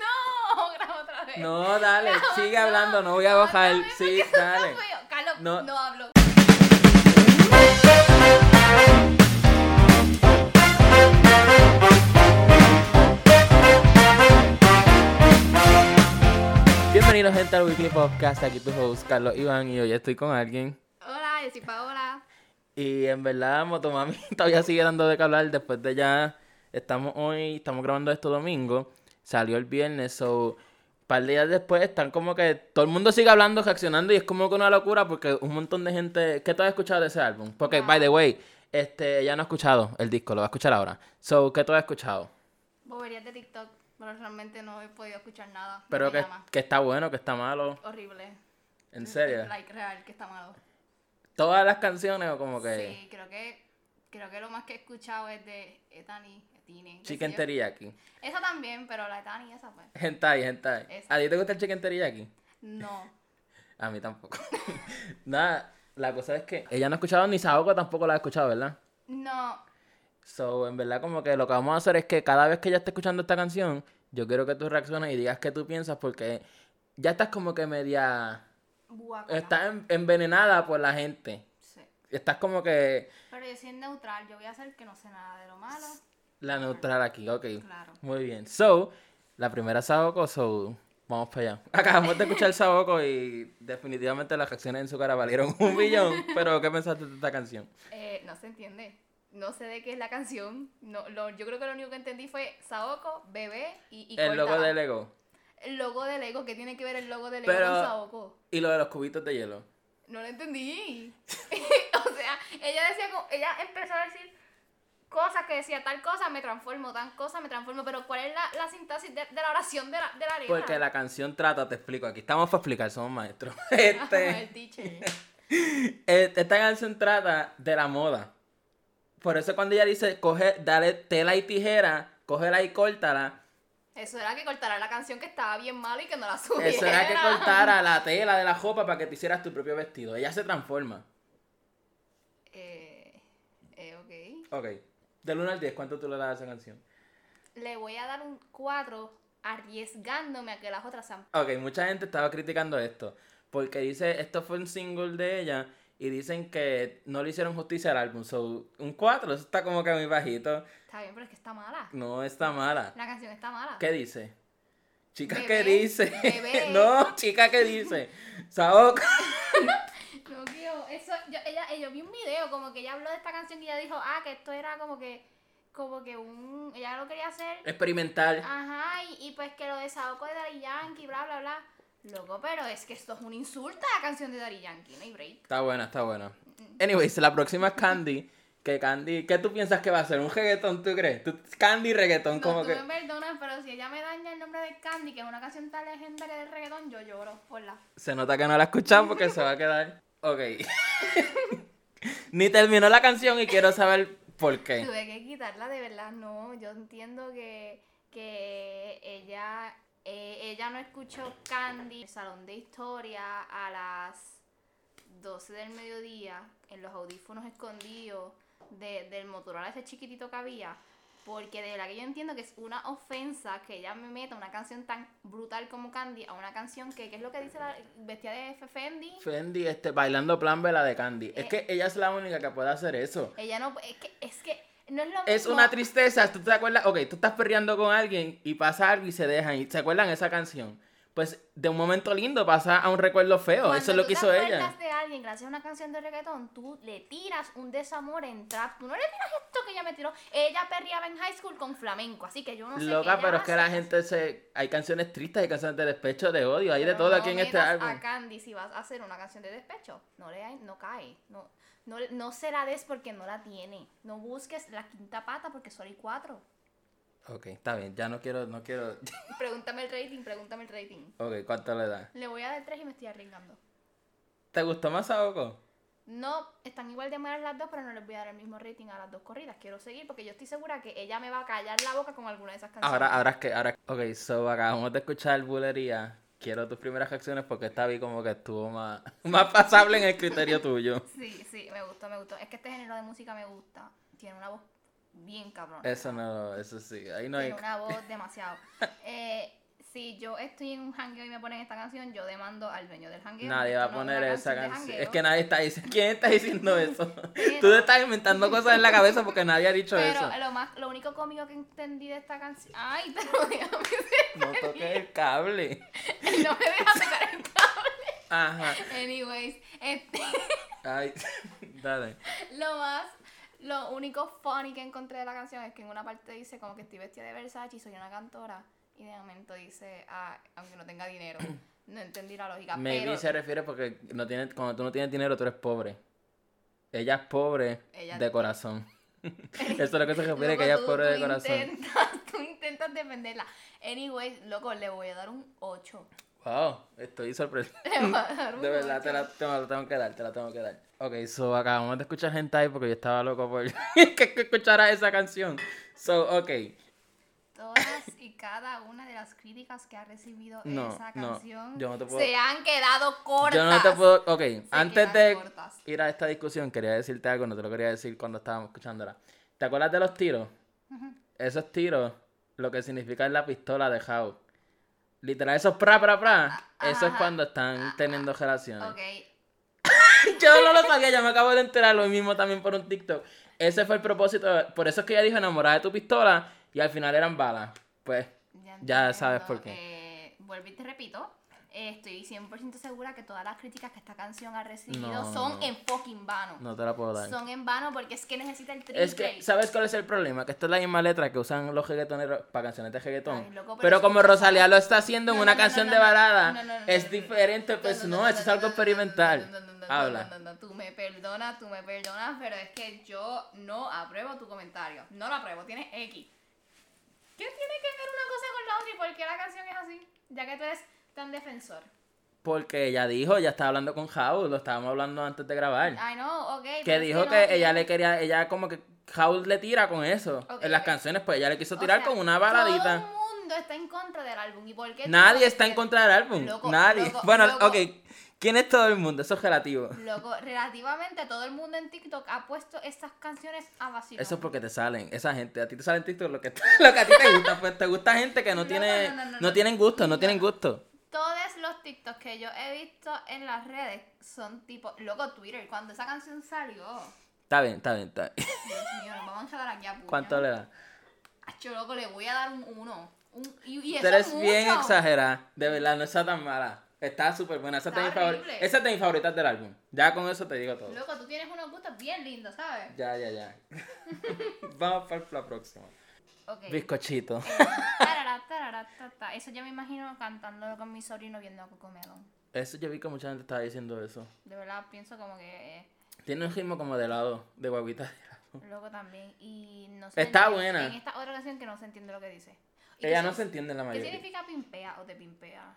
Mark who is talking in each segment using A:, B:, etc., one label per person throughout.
A: vez.
B: No, dale,
A: No,
B: sigue
A: no,
B: hablando, no voy a
A: no,
B: bajar.
A: no, no, porque
B: sí,
A: eso
B: dale.
A: está feo. Carlos,
B: No.
A: no, hablo.
B: Bienvenidos gente al Weekly Podcast, aquí tu host Carlos Iván y hoy estoy con alguien.
A: Hola, yo soy Paola.
B: Y en verdad, Motomami todavía sigue dando de qué hablar después de ya. Estamos hoy, estamos grabando esto domingo. Salió el viernes, so. Un par de días después están como que todo el mundo sigue hablando, reaccionando y es como que una locura porque un montón de gente. ¿Qué tú has escuchado de ese álbum? Porque,
A: No.
B: by the way, este, ya no ha escuchado el disco, lo va a escuchar ahora. So, ¿qué tú has escuchado?
A: Boberías de TikTok, pero realmente no he podido escuchar nada. No
B: Pero
A: me
B: que,
A: llama.
B: que está bueno, que está malo.
A: Horrible.
B: ¿En serio?
A: Like real, que está malo.
B: ¿Todas las canciones o como que
A: Sí, creo que, creo que lo más que he escuchado es de Etani, Etine. qué sé
B: chicken
A: yo.
B: teriyaki?
A: Esa también, pero la Etani esa pues.
B: Hentai, hentai.
A: Esa.
B: ¿A ti te gusta el chicken teriyaki?
A: No.
B: A mí tampoco. Nada, la cosa es que ella no ha escuchado ni Saoko tampoco la ha escuchado, ¿verdad?
A: No.
B: So, en verdad, como que lo que vamos a hacer es que cada vez que ella esté escuchando esta canción, yo quiero que tú reacciones y digas qué tú piensas porque ya estás como que media...
A: Guacala.
B: Estás en- envenenada por la gente.
A: Sí.
B: Estás como que
A: Pero yo soy neutral, yo voy a hacer que no sé nada de lo malo.
B: la neutral aquí, ok.
A: Claro.
B: Muy bien. So, la primera Saoko, so, vamos para allá. Acabamos de escuchar Saoko y definitivamente las reacciones en su cara valieron un millón. Pero, ¿qué pensaste de esta canción?
A: Eh, no se entiende. No sé de qué es la canción. No, lo- yo creo que lo único que entendí fue Saoko, bebé y, y
B: El logo
A: córtala.
B: del ego.
A: El logo de Lego, ¿qué tiene que ver el logo de Lego
B: Pero-
A: con Saoko?
B: Y lo de los cubitos de hielo.
A: No lo entendí. o sea, ella decía, como- ella empezó a decir cosas que decía tal cosa, me transformo, tal cosa, me transformo, pero ¿cuál es la, la sintaxis de, de la oración de la, de la letra?
B: Porque la canción trata, te explico, aquí estamos para explicar, somos maestros.
A: Ajá,
B: Este,
A: el teacher.
B: et- esta canción trata de la moda. Por eso cuando ella dice, coge, dale tela y tijera, cógela y córtala,
A: Eso era que cortara la canción que estaba bien mala y que no la subiera.
B: eso era que cortara la tela de la ropa para que te hicieras tu propio vestido. Ella se transforma.
A: Eh, eh, ok.
B: Ok. Del 1 al 10, ¿cuánto tú le das a esa canción?
A: Le voy a dar un 4 arriesgándome a que las otras sean...
B: Ok, mucha gente estaba criticando esto. Porque dice, esto fue un single de ella. Y dicen que no le hicieron justicia al álbum. So, un 4, eso está como que muy bajito.
A: Está bien, pero es que está mala.
B: No está mala.
A: La canción está mala.
B: ¿Qué dice? Chica, ¿qué
A: Bebé,
B: dice?
A: bebé.
B: no, chica, ¿qué dice? Saoko.
A: No, tío, eso, yo, ella, eh, yo vi un video como que ella habló de esta canción y ella dijo, ah, que esto era como que, como que un, ella lo quería hacer,
B: Experimental.
A: ajá, y, y pues que lo de Saoko de Daddy Yankee, bla, bla, bla. Loco, pero es que esto es un insulto a la canción de Daddy Yankee, no hay break.
B: Está buena, está buena. Anyways, la próxima es Candy. Que Candy, ¿qué tú piensas que va a ser? ¿Un reggaetón, tú crees? Tú- Candy reggaetón,
A: No,
B: como
A: tú
B: que...
A: me perdonas, pero si ella me daña el nombre de Candy, que es una canción tan legendaria del reggaetón, yo lloro por la...
B: Se nota que no la escuchan porque se va a quedar. Ok. Ni terminó la canción y quiero saber por qué.
A: Tuve que quitarla de verdad, no. Yo entiendo que, que ella, eh, ella no escuchó Candy en el salón de historia a las 12 del mediodía en los audífonos escondidos de- del Motorola ese chiquitito que había. Porque de verdad que yo entiendo que es una ofensa que ella me meta una canción tan brutal como Candy a una canción que, ¿qué es lo que dice la bestia de F. Fendi?
B: Fendi, este, bailando plan vela de Candy. Es
A: Eh.
B: que ella es la única que puede hacer eso.
A: Ella no, es que, es que no es lo mismo.
B: Es una tristeza, ¿tú te acuerdas? Ok, tú estás perreando con alguien y pasa algo y se dejan. ¿Y se acuerdan esa canción? Pues de un momento lindo pasa a un recuerdo feo. Oh, eso es lo que hizo
A: Cuando tú te
B: ella.
A: acuerdas de alguien gracias a una canción de reggaetón, tú le tiras un desamor en trap. Tú no le tiras esto que ella me tiró. Ella perreaba en high school con flamenco, así que yo no sé
B: Loca,
A: qué
B: pero es que la
A: hace.
B: gente se... Hay canciones tristes, hay canciones de despecho, de odio, hay de
A: Pero
B: todo
A: no
B: aquí en este
A: metas
B: álbum.
A: A Candy, si vas a hacer una canción de despecho, no le no cae. No, no, no se la des porque no la tiene. No busques la quinta pata porque solo hay cuatro.
B: Ok, está bien, ya no quiero, no quiero...
A: Pregúntame el rating, pregúntame el rating.
B: ok, ¿cuánto le das?
A: Le voy a dar tres y me estoy arriesgando.
B: ¿Te gustó más Saoko?
A: No, están igual de malas las dos, pero no les voy a dar el mismo rating a las dos corridas. Quiero seguir porque yo estoy segura que ella me va a callar la boca con alguna de esas canciones.
B: Ahora, ah, ahora es que, ahora. Ok, so acabamos de escuchar Bulería. Quiero tus primeras reacciones porque esta vi como que estuvo más, más pasable en el criterio tuyo.
A: Sí, sí, me gustó, me gustó. Es que este género de música me gusta. Tiene una voz bien cabrona.
B: Eso Eh, no, eso sí. Ahí no hay.
A: Tiene una voz demasiado. Eh, si yo estoy en un hangueo y me ponen esta canción, yo demando al dueño del hangueo.
B: Nadie va a
A: Esto no es
B: poner
A: una
B: esa
A: de
B: canción. Es
A: jangueo.
B: que nadie está diciendo. ¿Quién está diciendo eso?
A: Pero-
B: Tú te estás inventando cosas en la cabeza porque nadie ha dicho
A: Pero
B: eso.
A: lo más, lo único cómico que entendí de esta canción. Ay, pero déjame ser-
B: No toques el cable.
A: No me deja tocar el cable.
B: Ajá.
A: Anyways, este,
B: Ay, dale.
A: lo más, lo único funny que encontré de la canción es que en una parte dice como que estoy vestida de Versace y soy una cantora. Y de momento dice, ah, aunque no tenga dinero. No entendí la lógica.
B: Maybe
A: pero
B: se refiere porque no tiene, cuando tú no tienes dinero, tú eres pobre. Ella es pobre
A: Ella-
B: de corazón. Eso es lo que se refiere, que ella es
A: Loco, tú-
B: pobre
A: tú
B: de corazón.
A: Intentas, tú intentas defenderla. Anyways, loco, le voy a dar un 8.
B: Wow, estoy sorprendido.
A: Le voy a dar un
B: De verdad,
A: ocho.
B: te la tengo, la tengo que dar, te la tengo que dar. Ok, so acabamos de escuchar Hentai porque yo estaba loco por que que escuchara esa canción. So, ok.
A: Todas y cada una de las críticas que ha recibido
B: No,
A: esa
B: no,
A: canción
B: yo no te puedo-
A: se han quedado cortas.
B: Yo no te puedo. Ok, antes
A: quedan
B: de
A: cortas.
B: ir a esta discusión, quería decirte algo, no te lo quería decir cuando estábamos escuchándola. ¿Te acuerdas de los tiros? Esos tiros, lo que significa es la pistola de How. Literal, esos pra, pra, pra. Eso es
A: Ah, ajá, Ah,
B: cuando están teniendo relaciones.
A: Ok,
B: Yo no lo sabía, yo me acabo de enterar lo mismo también por un TikTok. Ese fue el propósito, por eso es que ella dijo enamorada de tu pistola y al final eran balas. Pues,
A: ya,
B: Ya
A: entiendo.
B: sabes por qué.
A: Eh, vuelvo y te repito. eh, Estoy 100% segura que todas las críticas que esta canción ha recibido
B: No,
A: son
B: no.
A: en fucking vano.
B: no te la puedo dar.
A: Son en vano porque es que necesita el triple.
B: Es que, ¿sabes cuál es el problema? Que esta es la misma letra que usan los reggaetoneros para canciones de reggaetón.
A: Ay, loco,
B: pero,
A: pero es-
B: como Rosalía lo está haciendo en
A: No,
B: una
A: no, no,
B: canción
A: no,
B: de
A: no.
B: balada,
A: No, no, no,
B: es
A: no, no,
B: diferente, pues no, eso es algo
A: no, no,
B: experimental.
A: no, no, no,
B: Habla.
A: no, no, no, Tú me perdonas, tú me perdonas, pero es que yo no apruebo tu comentario. No lo apruebo, tienes X. ¿Qué tiene que ver una cosa con la otra y por qué la canción es así? Ya que tú eres tan defensor.
B: Porque ella dijo, ya estaba hablando con Howl, lo estábamos hablando antes de grabar.
A: I know, ok. pero
B: que
A: es
B: dijo
A: no
B: que
A: tiene-
B: ella le quería, ella como que Howl le tira con eso.
A: Ok,
B: en las
A: ok.
B: canciones, pues ella le quiso
A: o
B: tirar
A: sea,
B: con una baladita.
A: Todo el mundo está en contra del álbum. ¿Y por qué tú
B: Nadie
A: no
B: está en
A: quieres?
B: contra del álbum.
A: Loco,
B: Nadie.
A: loco,
B: bueno,
A: loco.
B: ok. ¿Quién es todo el mundo? Eso es relativo.
A: Loco, relativamente todo el mundo en TikTok ha puesto estas canciones a vacío.
B: Eso es porque te salen, esa gente, a ti te salen TikTok lo que, lo que a ti te gusta, pues te gusta gente que no
A: No,
B: tiene,
A: no,
B: no,
A: no, no, no.
B: tienen gusto, no tienen gusto.
A: Todos los TikToks que yo he visto en las redes son tipo, loco, Twitter, cuando esa canción salió.
B: Está bien, está bien, está bien.
A: Dios mío, nos vamos a quedar aquí a puño.
B: ¿Cuánto le das?
A: Acho, loco, le voy a dar un 1. y, y
B: Tú
A: eso
B: eres
A: es mucho.
B: bien exagerada, de verdad, no está tan mala. Está súper buena, esa es de
A: Está
B: mi favorita.
A: horrible.
B: Esa es de mis favoritas del álbum. Ya con eso te digo todo.
A: Loco, tú tienes unos gustos bien lindos, ¿sabes?
B: Ya, ya, ya. Vamos para la próxima.
A: Ok.
B: Bizcochito.
A: Tarara, tarara, ta, ta. Eso yo me imagino cantándolo con mi sobrino viendo a Cocomelon.
B: Eso yo vi que mucha gente estaba diciendo eso.
A: De verdad, pienso como que... eh,
B: Tiene un ritmo como de lado, de guaguita. de helado.
A: Loco también. Y no sé.
B: Está
A: en-
B: buena.
A: En esta otra canción que no se entiende lo que dice. ¿Y
B: Ella
A: qué
B: no
A: signi-
B: se entiende en la
A: ¿Qué
B: mayoría.
A: significa pimpea o te pimpea?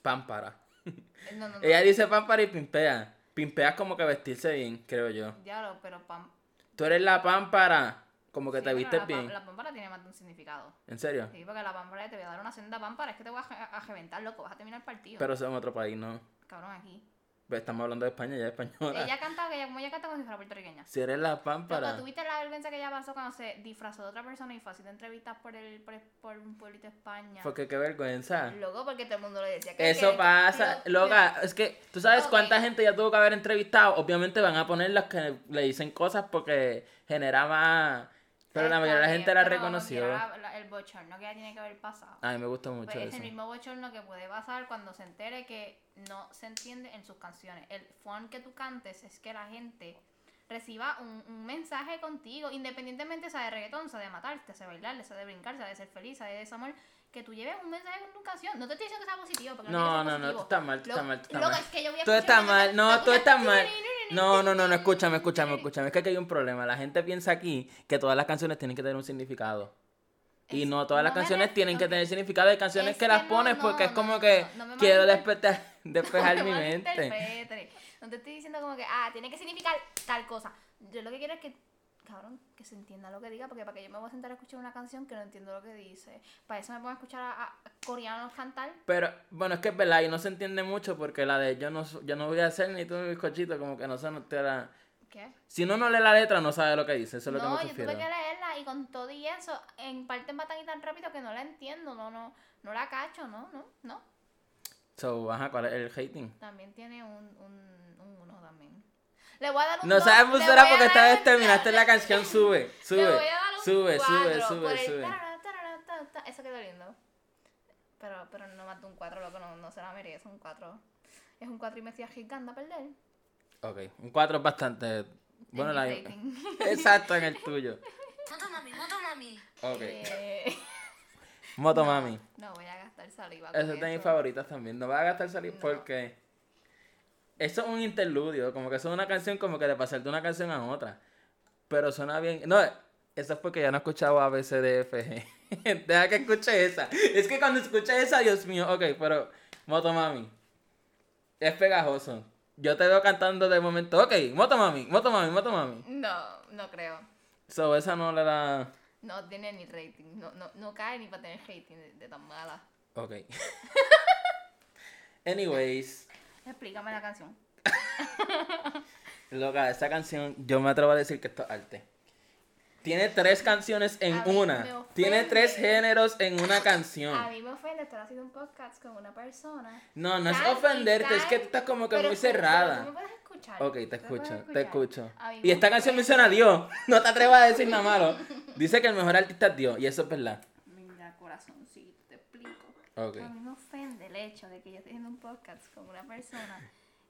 B: Pámpara.
A: Eh, No, no, no.
B: Ella dice pámpara y pimpea. Pimpea es como que vestirse bien, creo yo.
A: Diablo, pero pam.
B: Tú eres la pámpara, como que
A: sí,
B: te
A: pero
B: vistes
A: la, pam-
B: bien.
A: La pámpara tiene más de un significado.
B: ¿En serio?
A: Sí, porque la pámpara te voy a dar una senda pámpara. Es que te voy a, je- a reventar, loco. Vas a terminar el partido.
B: Pero eso es en otro país, ¿no?
A: Cabrón, aquí.
B: Pues Estamos hablando de España, ya es española.
A: Ella canta, que ella- como ella canta como si fuera puertorriqueña.
B: Si eres la
A: Loco,
B: pámpara.
A: ¿tú viste la vergüenza que ella pasó cuando se disfrazó de otra persona y fue haciendo entrevistas por, el, por, por un pueblito de España?
B: Porque qué vergüenza.
A: Loco, porque todo el mundo le decía que...
B: Eso
A: que-
B: pasa,
A: que-
B: loca. Es que tú sabes
A: Ok.
B: cuánta gente ya tuvo que haber entrevistado. Obviamente van a poner las que le dicen cosas porque genera más. Pero la
A: Está
B: mayoría de la
A: bien,
B: gente la
A: pero como
B: reconoció.
A: quiera la- la- el bochorno que ya tiene que haber pasado.
B: A mí me gusta
A: Pues
B: mucho
A: es
B: eso.
A: el mismo bochorno que puede pasar cuando se entere que no se entiende en sus canciones. El fun que tú cantes es que la gente reciba un, un mensaje contigo, independientemente sea de reggaetón, sea de matarte, sea de bailarle, sea de brincar, sea de ser feliz, sea de desamor, que tú lleves un mensaje con tu canción. No te estoy diciendo que sea positivo, porque no, tiene
B: No,
A: que
B: no,
A: ser
B: no, tú
A: positivo.
B: estás mal, tú
A: Lo-
B: estás mal, tú estás
A: loco,
B: mal.
A: es que yo voy a
B: Tú
A: escuchar
B: estás
A: una
B: mal,
A: can-
B: no, tú
A: una-
B: estás mal. No, no, no, no, escúchame, escúchame, escúchame. Es que aquí hay un problema. La gente piensa aquí que todas las canciones tienen que tener un significado. Y
A: Es-
B: no todas las
A: no me
B: canciones
A: ref-
B: tienen que
A: ok.
B: tener significado. Hay canciones
A: Es
B: que
A: que
B: las
A: no,
B: pones
A: no,
B: porque es
A: no,
B: como
A: no,
B: que
A: no, no me
B: quiero
A: malinter-
B: despertar- despejar Pues, mi mente.
A: malinterprete. No te estoy diciendo como que, ah, tiene que significar tal cosa. Yo lo que quiero es que, cabrón, que se entienda lo que diga, porque para que yo me voy a sentar a escuchar una canción que no entiendo lo que dice. Para eso me pongo a escuchar a, a coreanos cantar.
B: Pero bueno, es que es verdad y no se entiende mucho porque la de yo no, so- yo no voy a hacer ni tú mi bizcochito, como que no se nota la-
A: ¿Qué?
B: Si uno no lee la letra, no sabe lo que dice. Eso es lo
A: no,
B: que me
A: yo tuve
B: refiero.
A: que leerla y con todo y eso, en parte va tan y tan rápido que no la entiendo, no, no, no la cacho, no, no, no.
B: So, ajá, ¿cuál es el hating?
A: También tiene un, un, un uno también. Le voy a dar un
B: No
A: dos,
B: sabes
A: le
B: pulsera
A: voy a
B: porque esta
A: dar
B: vez
A: un-
B: terminaste la canción. Sube,
A: le
B: sube,
A: voy a dar un
B: sube, sube,
A: cuatro por
B: sube,
A: el
B: sube.
A: tarara, tarara, ta, ta. Eso quedó lindo. Pero, pero no más de un 4, loco, no, no se la merece un 4. Es un 4 y me estoy agitando a perder.
B: Ok, un 4 es bastante. Bueno,
A: mi
B: la.
A: rating.
B: Exacto, en el tuyo.
C: Motomami, motomami.
B: Ok.
A: Eh,
B: Motomami.
A: no voy a gastar saliva. con
B: Eso es de mis favoritas también. No vas a gastar salir
A: No.
B: porque. Eso es un interludio. Como que eso es una canción, como que de pasar de una canción a otra. Pero suena bien. No, eso es porque ya no he escuchado ABCDFG. Deja que escuche esa. Es que cuando escuche esa, Dios mío. Ok, pero. Motomami. Es pegajoso. Yo te veo cantando de momento. Ok, Motomami, Motomami, Motomami.
A: No, no creo.
B: So, esa no le da.
A: No tiene ni rating. No, no, no cae ni para tener rating de, de tan mala.
B: Ok. Anyways.
A: Explícame la canción.
B: Loca, esta canción, yo me atrevo a decir que esto es arte. Tiene tres canciones en
A: A mí
B: una.
A: me ofende.
B: Tiene tres géneros en una canción.
A: A mí me ofende estar haciendo un podcast con una persona.
B: Ah. No, no es
A: Tan y
B: ofenderte, es
A: tan-
B: que tú estás como que
A: pero
B: muy
A: escucha,
B: cerrada.
A: ¿Tú me puedes escuchar? ¿Tú
B: Ok, te
A: me puedes
B: escucho, te
A: escuchar?
B: escucho.
A: A mí
B: Y
A: me
B: esta canción
A: ofende.
B: menciona a Dios. No te atrevas a decir nada malo. Dice que el mejor artista es Dios, y eso es verdad.
A: Mira, corazoncito, te explico.
B: Ok.
A: A mí me ofende el hecho de que yo esté haciendo un podcast con una persona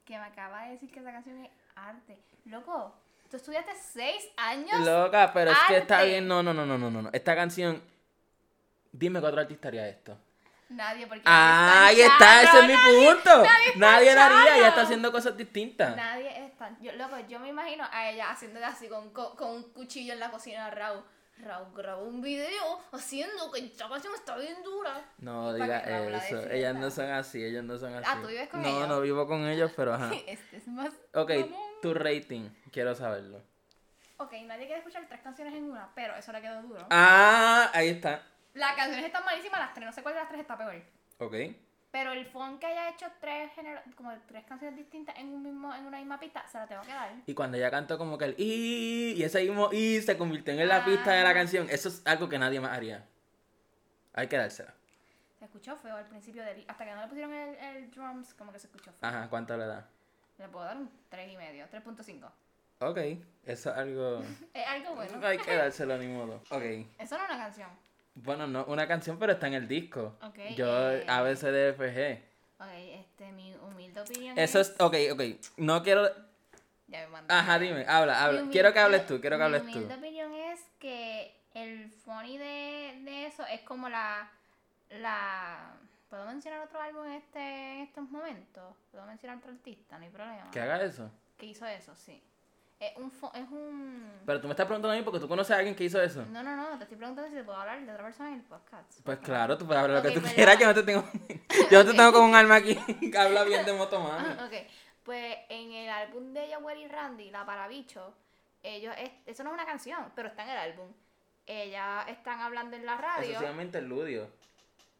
A: que me acaba de decir que esa canción es arte. Loco, tú estudiaste seis años.
B: Loca, pero es que está
A: arte.
B: bien. No, no, no, no, no, no. no. Esta canción. Dime qué otro artista haría esto.
A: Nadie, porque.
B: Ahí
A: nadie es tan
B: está, ese es mi
A: charro, nadie-
B: punto.
A: Nadie,
B: Nadie lo haría,
A: ya
B: ella está haciendo cosas distintas.
A: Nadie es tan. Yo, loco, yo me imagino a ella haciéndole así con, con, con un cuchillo en la cocina a Raúl. Raúl grabó un video haciendo que esta canción está bien dura.
B: No
A: Y pa'
B: diga
A: que Raúl la
B: eso.
A: defienda.
B: Ellas no son así, ellas no son así.
A: Ah, ¿tú vives con
B: no,
A: ellos?
B: No, vivo con ellos, pero ajá.
A: Este es más.
B: Ah. Ok,
A: mamón.
B: tu rating, quiero saberlo.
A: Ok, nadie quiere escuchar tres canciones en una, pero eso le quedó duro.
B: Ah, ahí está.
A: Las canciones están malísimas, las tres, no sé cuál de las tres está peor.
B: Ok.
A: Pero el funk que haya hecho tres gener- como tres canciones distintas en un mismo, en una misma pista, se la tengo que dar.
B: Y cuando ella cantó como que el i y ese mismo i se convirtió en la
A: Ah.
B: pista de la canción, eso es algo que nadie más haría. Hay que dársela.
A: Se escuchó feo al principio del hasta que no le pusieron el, el drums, como que se escuchó feo.
B: Ajá, ¿cuánto le da?
A: Le puedo dar un 3,5, 3.5.
B: Ok, eso es algo.
A: Es algo bueno.
B: Hay que dárselo ni modo. Ok.
A: Eso no es una canción.
B: Bueno, no, una canción, pero está en el disco.
A: Ok,
B: Yo,
A: eh.
B: ABCDFG.
A: Ok, este, mi humilde opinión.
B: Eso es. Ok, ok. No quiero.
A: Ya me mandó.
B: Ajá, dime, habla,
A: Mi
B: habla.
A: humilde-
B: Quiero que hables tú, quiero que hables
A: Mi
B: tú.
A: humilde opinión es que el funny de, de eso es como la, la... ¿Puedo mencionar otro álbum en, este, en estos momentos? ¿Puedo mencionar otro artista? No hay problema.
B: Que haga eso.
A: Que hizo eso, sí. Es un... fo- Es un...
B: Pero tú me estás preguntando a mí porque tú conoces a alguien que hizo eso.
A: No, no, no, te estoy preguntando si te puedo hablar de otra persona en el podcast.
B: Pues claro, tú puedes hablar
A: Ok,
B: lo que tú
A: pues
B: quieras,
A: ya.
B: yo no te tengo. Yo no te
A: Ok.
B: tengo como un alma aquí que habla bien de Motomami.
A: Ah, ok, pues en el álbum de Yawel y Randy, La Parabicho, ellos, es- eso no es una canción, pero está en el álbum. Ellas están hablando en la radio.
B: Eso se llama interludio.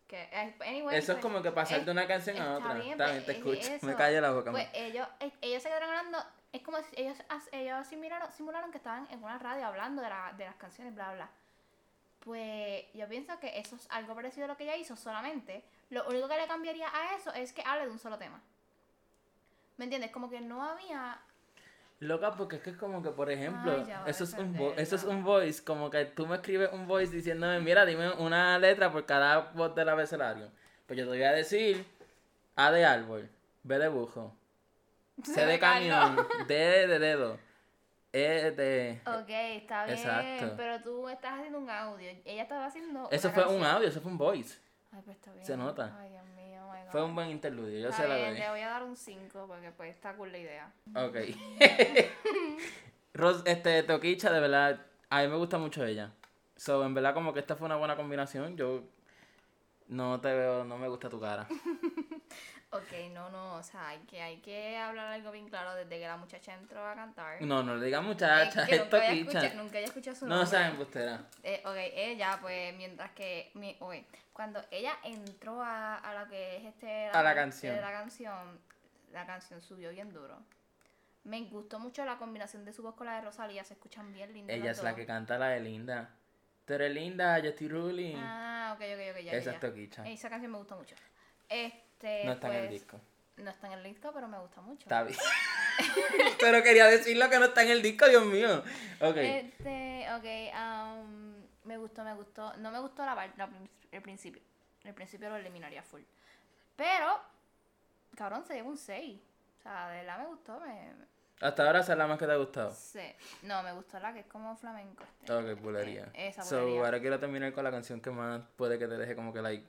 A: que, eh, anyway,
B: Eso es
A: pues,
B: como que pasar
A: es-
B: de una canción a
A: está
B: otra.
A: bien,
B: Está
A: pues,
B: bien, te
A: es
B: escucho. Me
A: eso.
B: calla la boca.
A: Pues
B: ma.
A: ellos, eh, ellos se quedaron hablando, es como si ellos, as- ellos simularon, simularon que estaban en una radio hablando de, la- de las canciones, bla, bla. Pues yo pienso que eso es algo parecido a lo que ella hizo, solamente lo único que le cambiaría a eso es que hable de un solo tema. ¿Me entiendes? Como que no había...
B: Loca, porque es que es como que, por ejemplo,
A: Ay, ya va a
B: eso es un vo-
A: defenderla.
B: eso es un voice, como que tú me escribes un voice diciéndome, mira, dime una letra por cada voz del abecedario. Pues yo te voy a decir A de árbol, B de bujo, C de camión, D de dedo, E de...
A: Ok, está bien,
B: Exacto.
A: pero tú estás haciendo un audio. Ella estaba haciendo
B: Eso
A: una
B: fue
A: canción.
B: un audio, eso fue un voice.
A: Ay, pero está bien.
B: Se nota.
A: Ay, Dios mío, oh my God.
B: Fue un buen interludio, yo
A: Está
B: se la
A: bien,
B: doy.
A: le voy a dar un 5 porque pues está cool la idea.
B: Ok. Ros, este, Toquicha, de verdad, a mí me gusta mucho ella. So, en verdad, como que esta fue una buena combinación. Yo no te veo, no me gusta tu cara.
A: Ok, no, no, o sea, hay que, hay que hablar algo bien claro desde que la muchacha entró a cantar.
B: No, no le digas
A: Es
B: muchacha,
A: que
B: es
A: nunca había escuchado,
B: Toquicha.
A: nunca había escuchado su
B: No
A: nombre.
B: saben, pues. bustera.
A: Eh, ok, ella, pues, mientras que. mi- ok, cuando ella entró a, a lo que es este.
B: A la canción.
A: La canción, la canción subió bien duro. Me gustó mucho la combinación de su voz con la de Rosalía, se escuchan bien lindas.
B: Ella
A: las
B: es la
A: dos.
B: que canta la de Linda. Tú eres linda, yo estoy ruling.
A: Ah, ok, ok, ok, ya, ya. ya.
B: Esa es Toquicha.
A: Esa canción me gusta mucho. Este,
B: no está en el
A: pues,
B: disco.
A: No está en el disco, pero me gusta mucho.
B: Está bien. Pero quería decir lo que no está en el disco, Dios mío. Ok.
A: Este, ok, am, me gustó, me gustó. No me gustó la, par- la prin- el principio. El principio lo eliminaría full. Pero, cabrón, se lleva un 6. O sea, de la me gustó, me... me-
B: Hasta ahora esa es la más que te ha gustado.
A: sí. No, me gustó la que es como flamenco. Este.
B: Ok, bulería.
A: Eh, esa
B: So,
A: bulería.
B: ahora quiero terminar con la canción que más puede que te deje como que like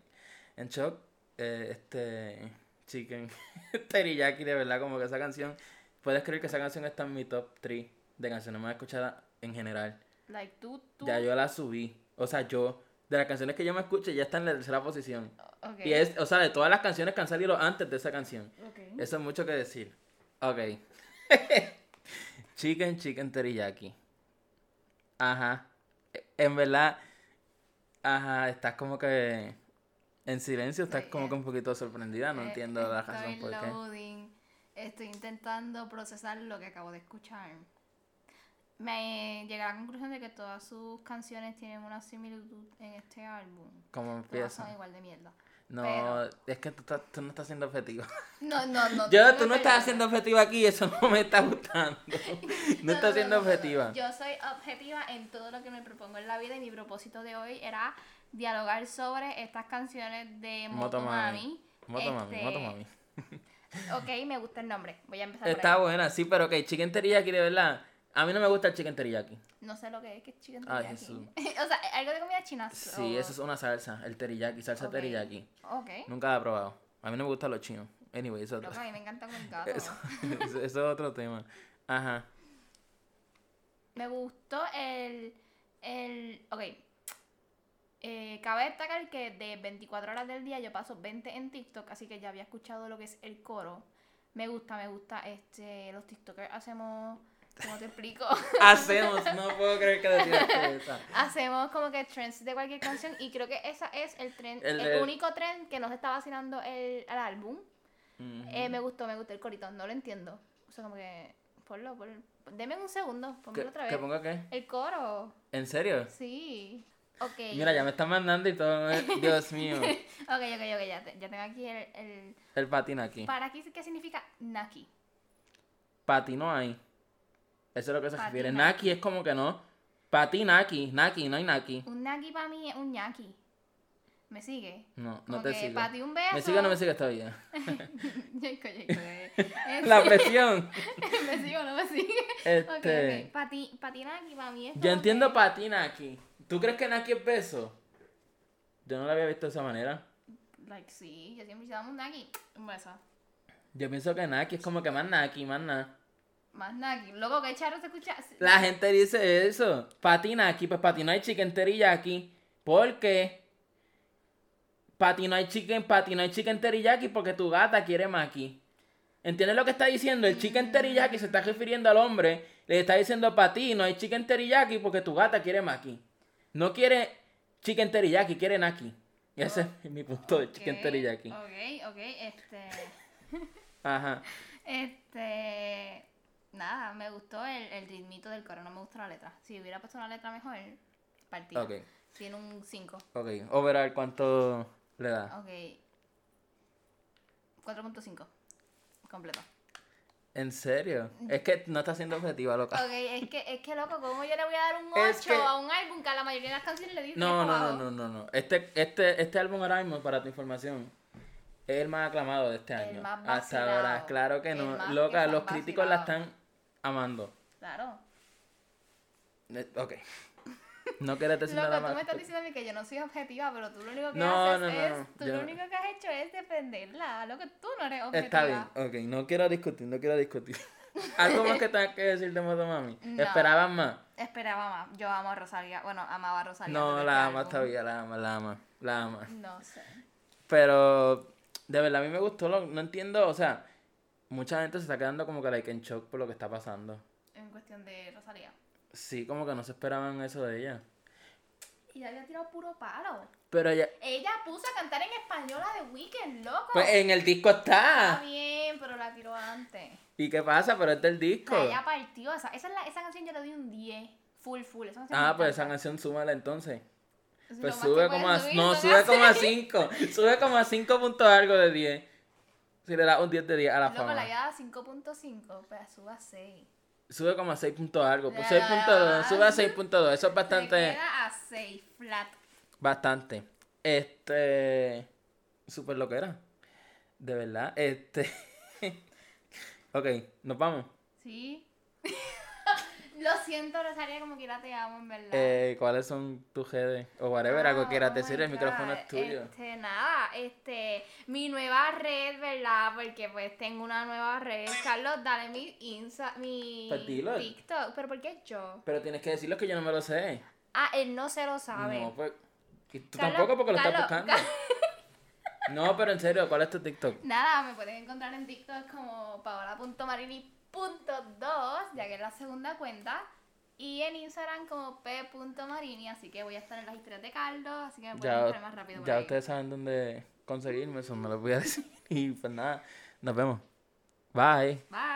B: en shock. Eh, este Chicken Teriyaki, de verdad, como que esa canción. Puedes creer que esa canción está en mi top 3 de canciones más escuchadas en general.
A: Like, tú, tú...
B: Ya yo la subí. O sea, yo, de las canciones que yo me escuché, ya está en la tercera posición.
A: Ok.
B: Y es, o sea, de todas las canciones que han salido antes de esa canción.
A: Ok.
B: Eso es mucho que decir. Ok. chicken, chicken teriyaki. Ajá. E- En verdad, ajá, estás como que en silencio, estás
A: Estoy-
B: como que un poquito sorprendida, no
A: Eh,
B: entiendo la
A: estoy
B: razón por qué.
A: loading. Estoy intentando procesar lo que acabo de escuchar. Me llegué a la conclusión de que todas sus canciones tienen una similitud en este álbum.
B: ¿Cómo
A: Todas son
B: empieza?
A: igual de mierda.
B: No,
A: pero-
B: es que tú, estás- tú no estás siendo objetivo.
A: No, no, no.
B: Yo,
A: tengo
B: tú no
A: que
B: estás
A: pelear.
B: haciendo objetivo aquí, eso no me está gustando. No
A: No, no,
B: estás siendo
A: no, no, no.
B: objetiva.
A: Yo soy objetiva en todo lo que me propongo en la vida y mi propósito de hoy era dialogar sobre estas canciones de Motomami.
B: Motomami,
A: Este,
B: Motomami.
A: Ok, me gusta el nombre. Voy a empezar por
B: Está
A: ahí.
B: buena, sí, pero ok, chicken teriyaki, de verdad. A mí no me gusta el chicken teriyaki.
A: No sé lo que es, que es chicken
B: Ay,
A: teriyaki.
B: Ah, Jesús.
A: o sea, algo de comida china.
B: Sí,
A: o-
B: eso es una salsa, el teriyaki, salsa
A: Oh. Ok.
B: teriyaki.
A: Ok.
B: Nunca la he probado. A mí no me gustan los chinos. Anyway, eso,
A: Loco, a mí me encanta con gato.
B: eso, eso es otro tema. Ajá.
A: Me gustó el. el ok. Eh, cabe destacar que de 24 horas del día yo paso 20 en TikTok, así que ya había escuchado lo que es el coro. Me gusta, me gusta. este Los TikTokers hacemos. ¿Cómo te explico?
B: Hacemos, no puedo creer que decías esa.
A: hacemos como que trends de cualquier canción y creo que esa es el trend,
B: El
A: el,
B: de-
A: único trend que nos está vacilando el, al álbum.
B: Mm.
A: Eh, me gustó, me gustó el corito, no lo entiendo. O sea, como que. Ponlo, ponlo. Deme un segundo,
B: ¿Que,
A: ponmelo otra vez.
B: que ponga qué?
A: El coro,
B: ¿En serio?
A: sí. Ok.
B: Mira, ya me están mandando y todo. eh, Dios mío.
A: Ok, ok, ok, ya, te- ya tengo aquí el. el-
B: El patín aquí.
A: ¿Para aquí qué significa Naki?
B: Patino hay. Eso es lo que se refiere.
A: Patinaki.
B: Naki es como que no. Patinaki, Naki, no hay Naki.
A: Un Naki para mí es un ñaki. ¿Me sigue?
B: No, no
A: Como
B: te
A: que
B: sigo.
A: pa' ti un beso.
B: ¿Me sigue o no me sigue esta vida?
A: Yoico, yoico, eh. Eh,
B: La presión.
A: ¿Me sigue o no me sigue?
B: Este.
A: Ok, ok. Para ti, pa' ti Naki, para mí es.
B: Yo
A: como
B: entiendo
A: que-
B: para ti, Naki. ¿Tú crees que Naki es beso? Yo no lo había visto de esa manera.
A: Like, sí, yo siempre he damos un Naki. Un beso.
B: Yo pienso que Naki es como que más Naki, más nada.
A: Más Naki. Loco, que charro se escucha.
B: La gente dice eso. Patina aquí, pues patina hay chicken teriyaki. ¿Por qué? Patina hay chicken, patina hay chicken teriyaki porque tu gata quiere maki. ¿Entiendes lo que está diciendo? El chicken teriyaki se está refiriendo al hombre. Le está diciendo patino hay chicken teriyaki porque tu gata quiere maki. No quiere chicken teriyaki, quiere naki. Y ese es mi punto de chicken
A: Ok,
B: teriyaki.
A: Ok, ok, este.
B: Ajá.
A: Este. Nada, me gustó el, el ritmito del coro, no me gustó la letra. Si hubiera puesto una letra mejor, partida.
B: Ok,
A: Tiene un 5.
B: ok. Overall, ¿cuánto le da?
A: Ok. 4.5. Completo.
B: ¿En serio? Es que no está siendo objetiva, loca.
A: Ok, es que, es que loco, ¿cómo yo le voy a dar un 8
B: Ah. Es que-
A: a un álbum que a la mayoría de las canciones le dicen
B: No, no, no, no, no, no. Este, este, este álbum ahora mismo, para tu información, es el más aclamado de este
A: El
B: año.
A: más
B: Hasta
A: vacilado.
B: ahora, claro que
A: El
B: no.
A: más que
B: Loca,
A: se han
B: los críticos la
A: vacilado.
B: están amando.
A: Claro.
B: Eh, Ok. No quieres decir nada
A: Loco, tú
B: más.
A: me estás diciendo a mí que yo no soy objetiva, pero tú lo único que
B: No,
A: haces
B: no, no,
A: es.
B: no,
A: Tú
B: yo
A: lo
B: no.
A: único que has hecho es defenderla. Loco, tú no eres objetiva.
B: Está bien, ok. No quiero discutir, no quiero discutir. ¿Algo más que tengas que decir de Motomami?
A: No.
B: ¿Esperaban más?
A: Esperaba más. Yo amo a Rosalía. Bueno, amaba a Rosalía. antes
B: No,
A: de
B: la
A: este
B: ama
A: álbum.
B: todavía, la ama, la ama, la ama.
A: No sé.
B: Pero de verdad a mí me gustó, lo- no entiendo, o sea, mucha gente se está quedando como que like en shock por lo que está pasando.
A: En cuestión de Rosalía.
B: Sí, como que no se esperaban eso de ella.
A: Y le había tirado puro palo.
B: Pero ella,
A: Ella puso a cantar en español a The Weeknd, loco.
B: pues en el disco
A: Está
B: está.
A: bien, pero la tiró antes.
B: ¿Y qué pasa? Pero este es el
A: O
B: disco.
A: sea, ella partió. Esa, esa, es la- esa canción yo le doy un 10. Full, full. Esa canción
B: Ah,
A: me
B: pues
A: encanta.
B: esa canción súmala entonces.
A: Es lo
B: Pues
A: más que
B: sube
A: puedes
B: como a...
A: subir,
B: No,
A: son
B: sube
A: así.
B: como a 5. Sube como a 5 puntos algo de 10. Si le das un 10 de 10 a la
A: Loco,
B: fama.
A: la había dado 5.5, pues sube a 6.
B: Sube como a 6 puntos algo. Pues
A: Ya.
B: 6.2, sube a 6.2. Eso es
A: Se
B: bastante...
A: queda a 6, flat.
B: Bastante. Este. Súper lo que era. De verdad. Este. ok, nos vamos.
A: ¿Sí? Lo siento, Rosaria, como quiera te amo, en verdad.
B: Eh, ¿Cuáles son tus redes? O whatever, algo
A: Ah,
B: quieras
A: oh
B: decir.
A: my
B: El micrófono
A: God.
B: es tuyo.
A: Este, nada, este, mi nueva red, ¿verdad? Porque pues tengo una nueva red. Carlos, dale mi Insta, mi
B: Pues dilo.
A: TikTok. ¿Pero por qué yo?
B: Pero tienes que decirlo que yo no me lo sé.
A: Ah, él no se lo sabe.
B: No, pues. y tú
A: Carlos,
B: tampoco porque lo estás
A: Carlos,
B: buscando. no, pero en serio, ¿cuál es tu TikTok?
A: Nada, me pueden encontrar en TikTok como paola.marini.2, ya que es la segunda cuenta. Y en Instagram como p.marini, así que voy a estar en las historias de Carlos, así que me pueden encontrar más rápido por
B: ya
A: ahí.
B: ustedes saben dónde conseguirme, eso no lo voy a decir. Y pues nada, nos vemos. Bye.
A: Bye.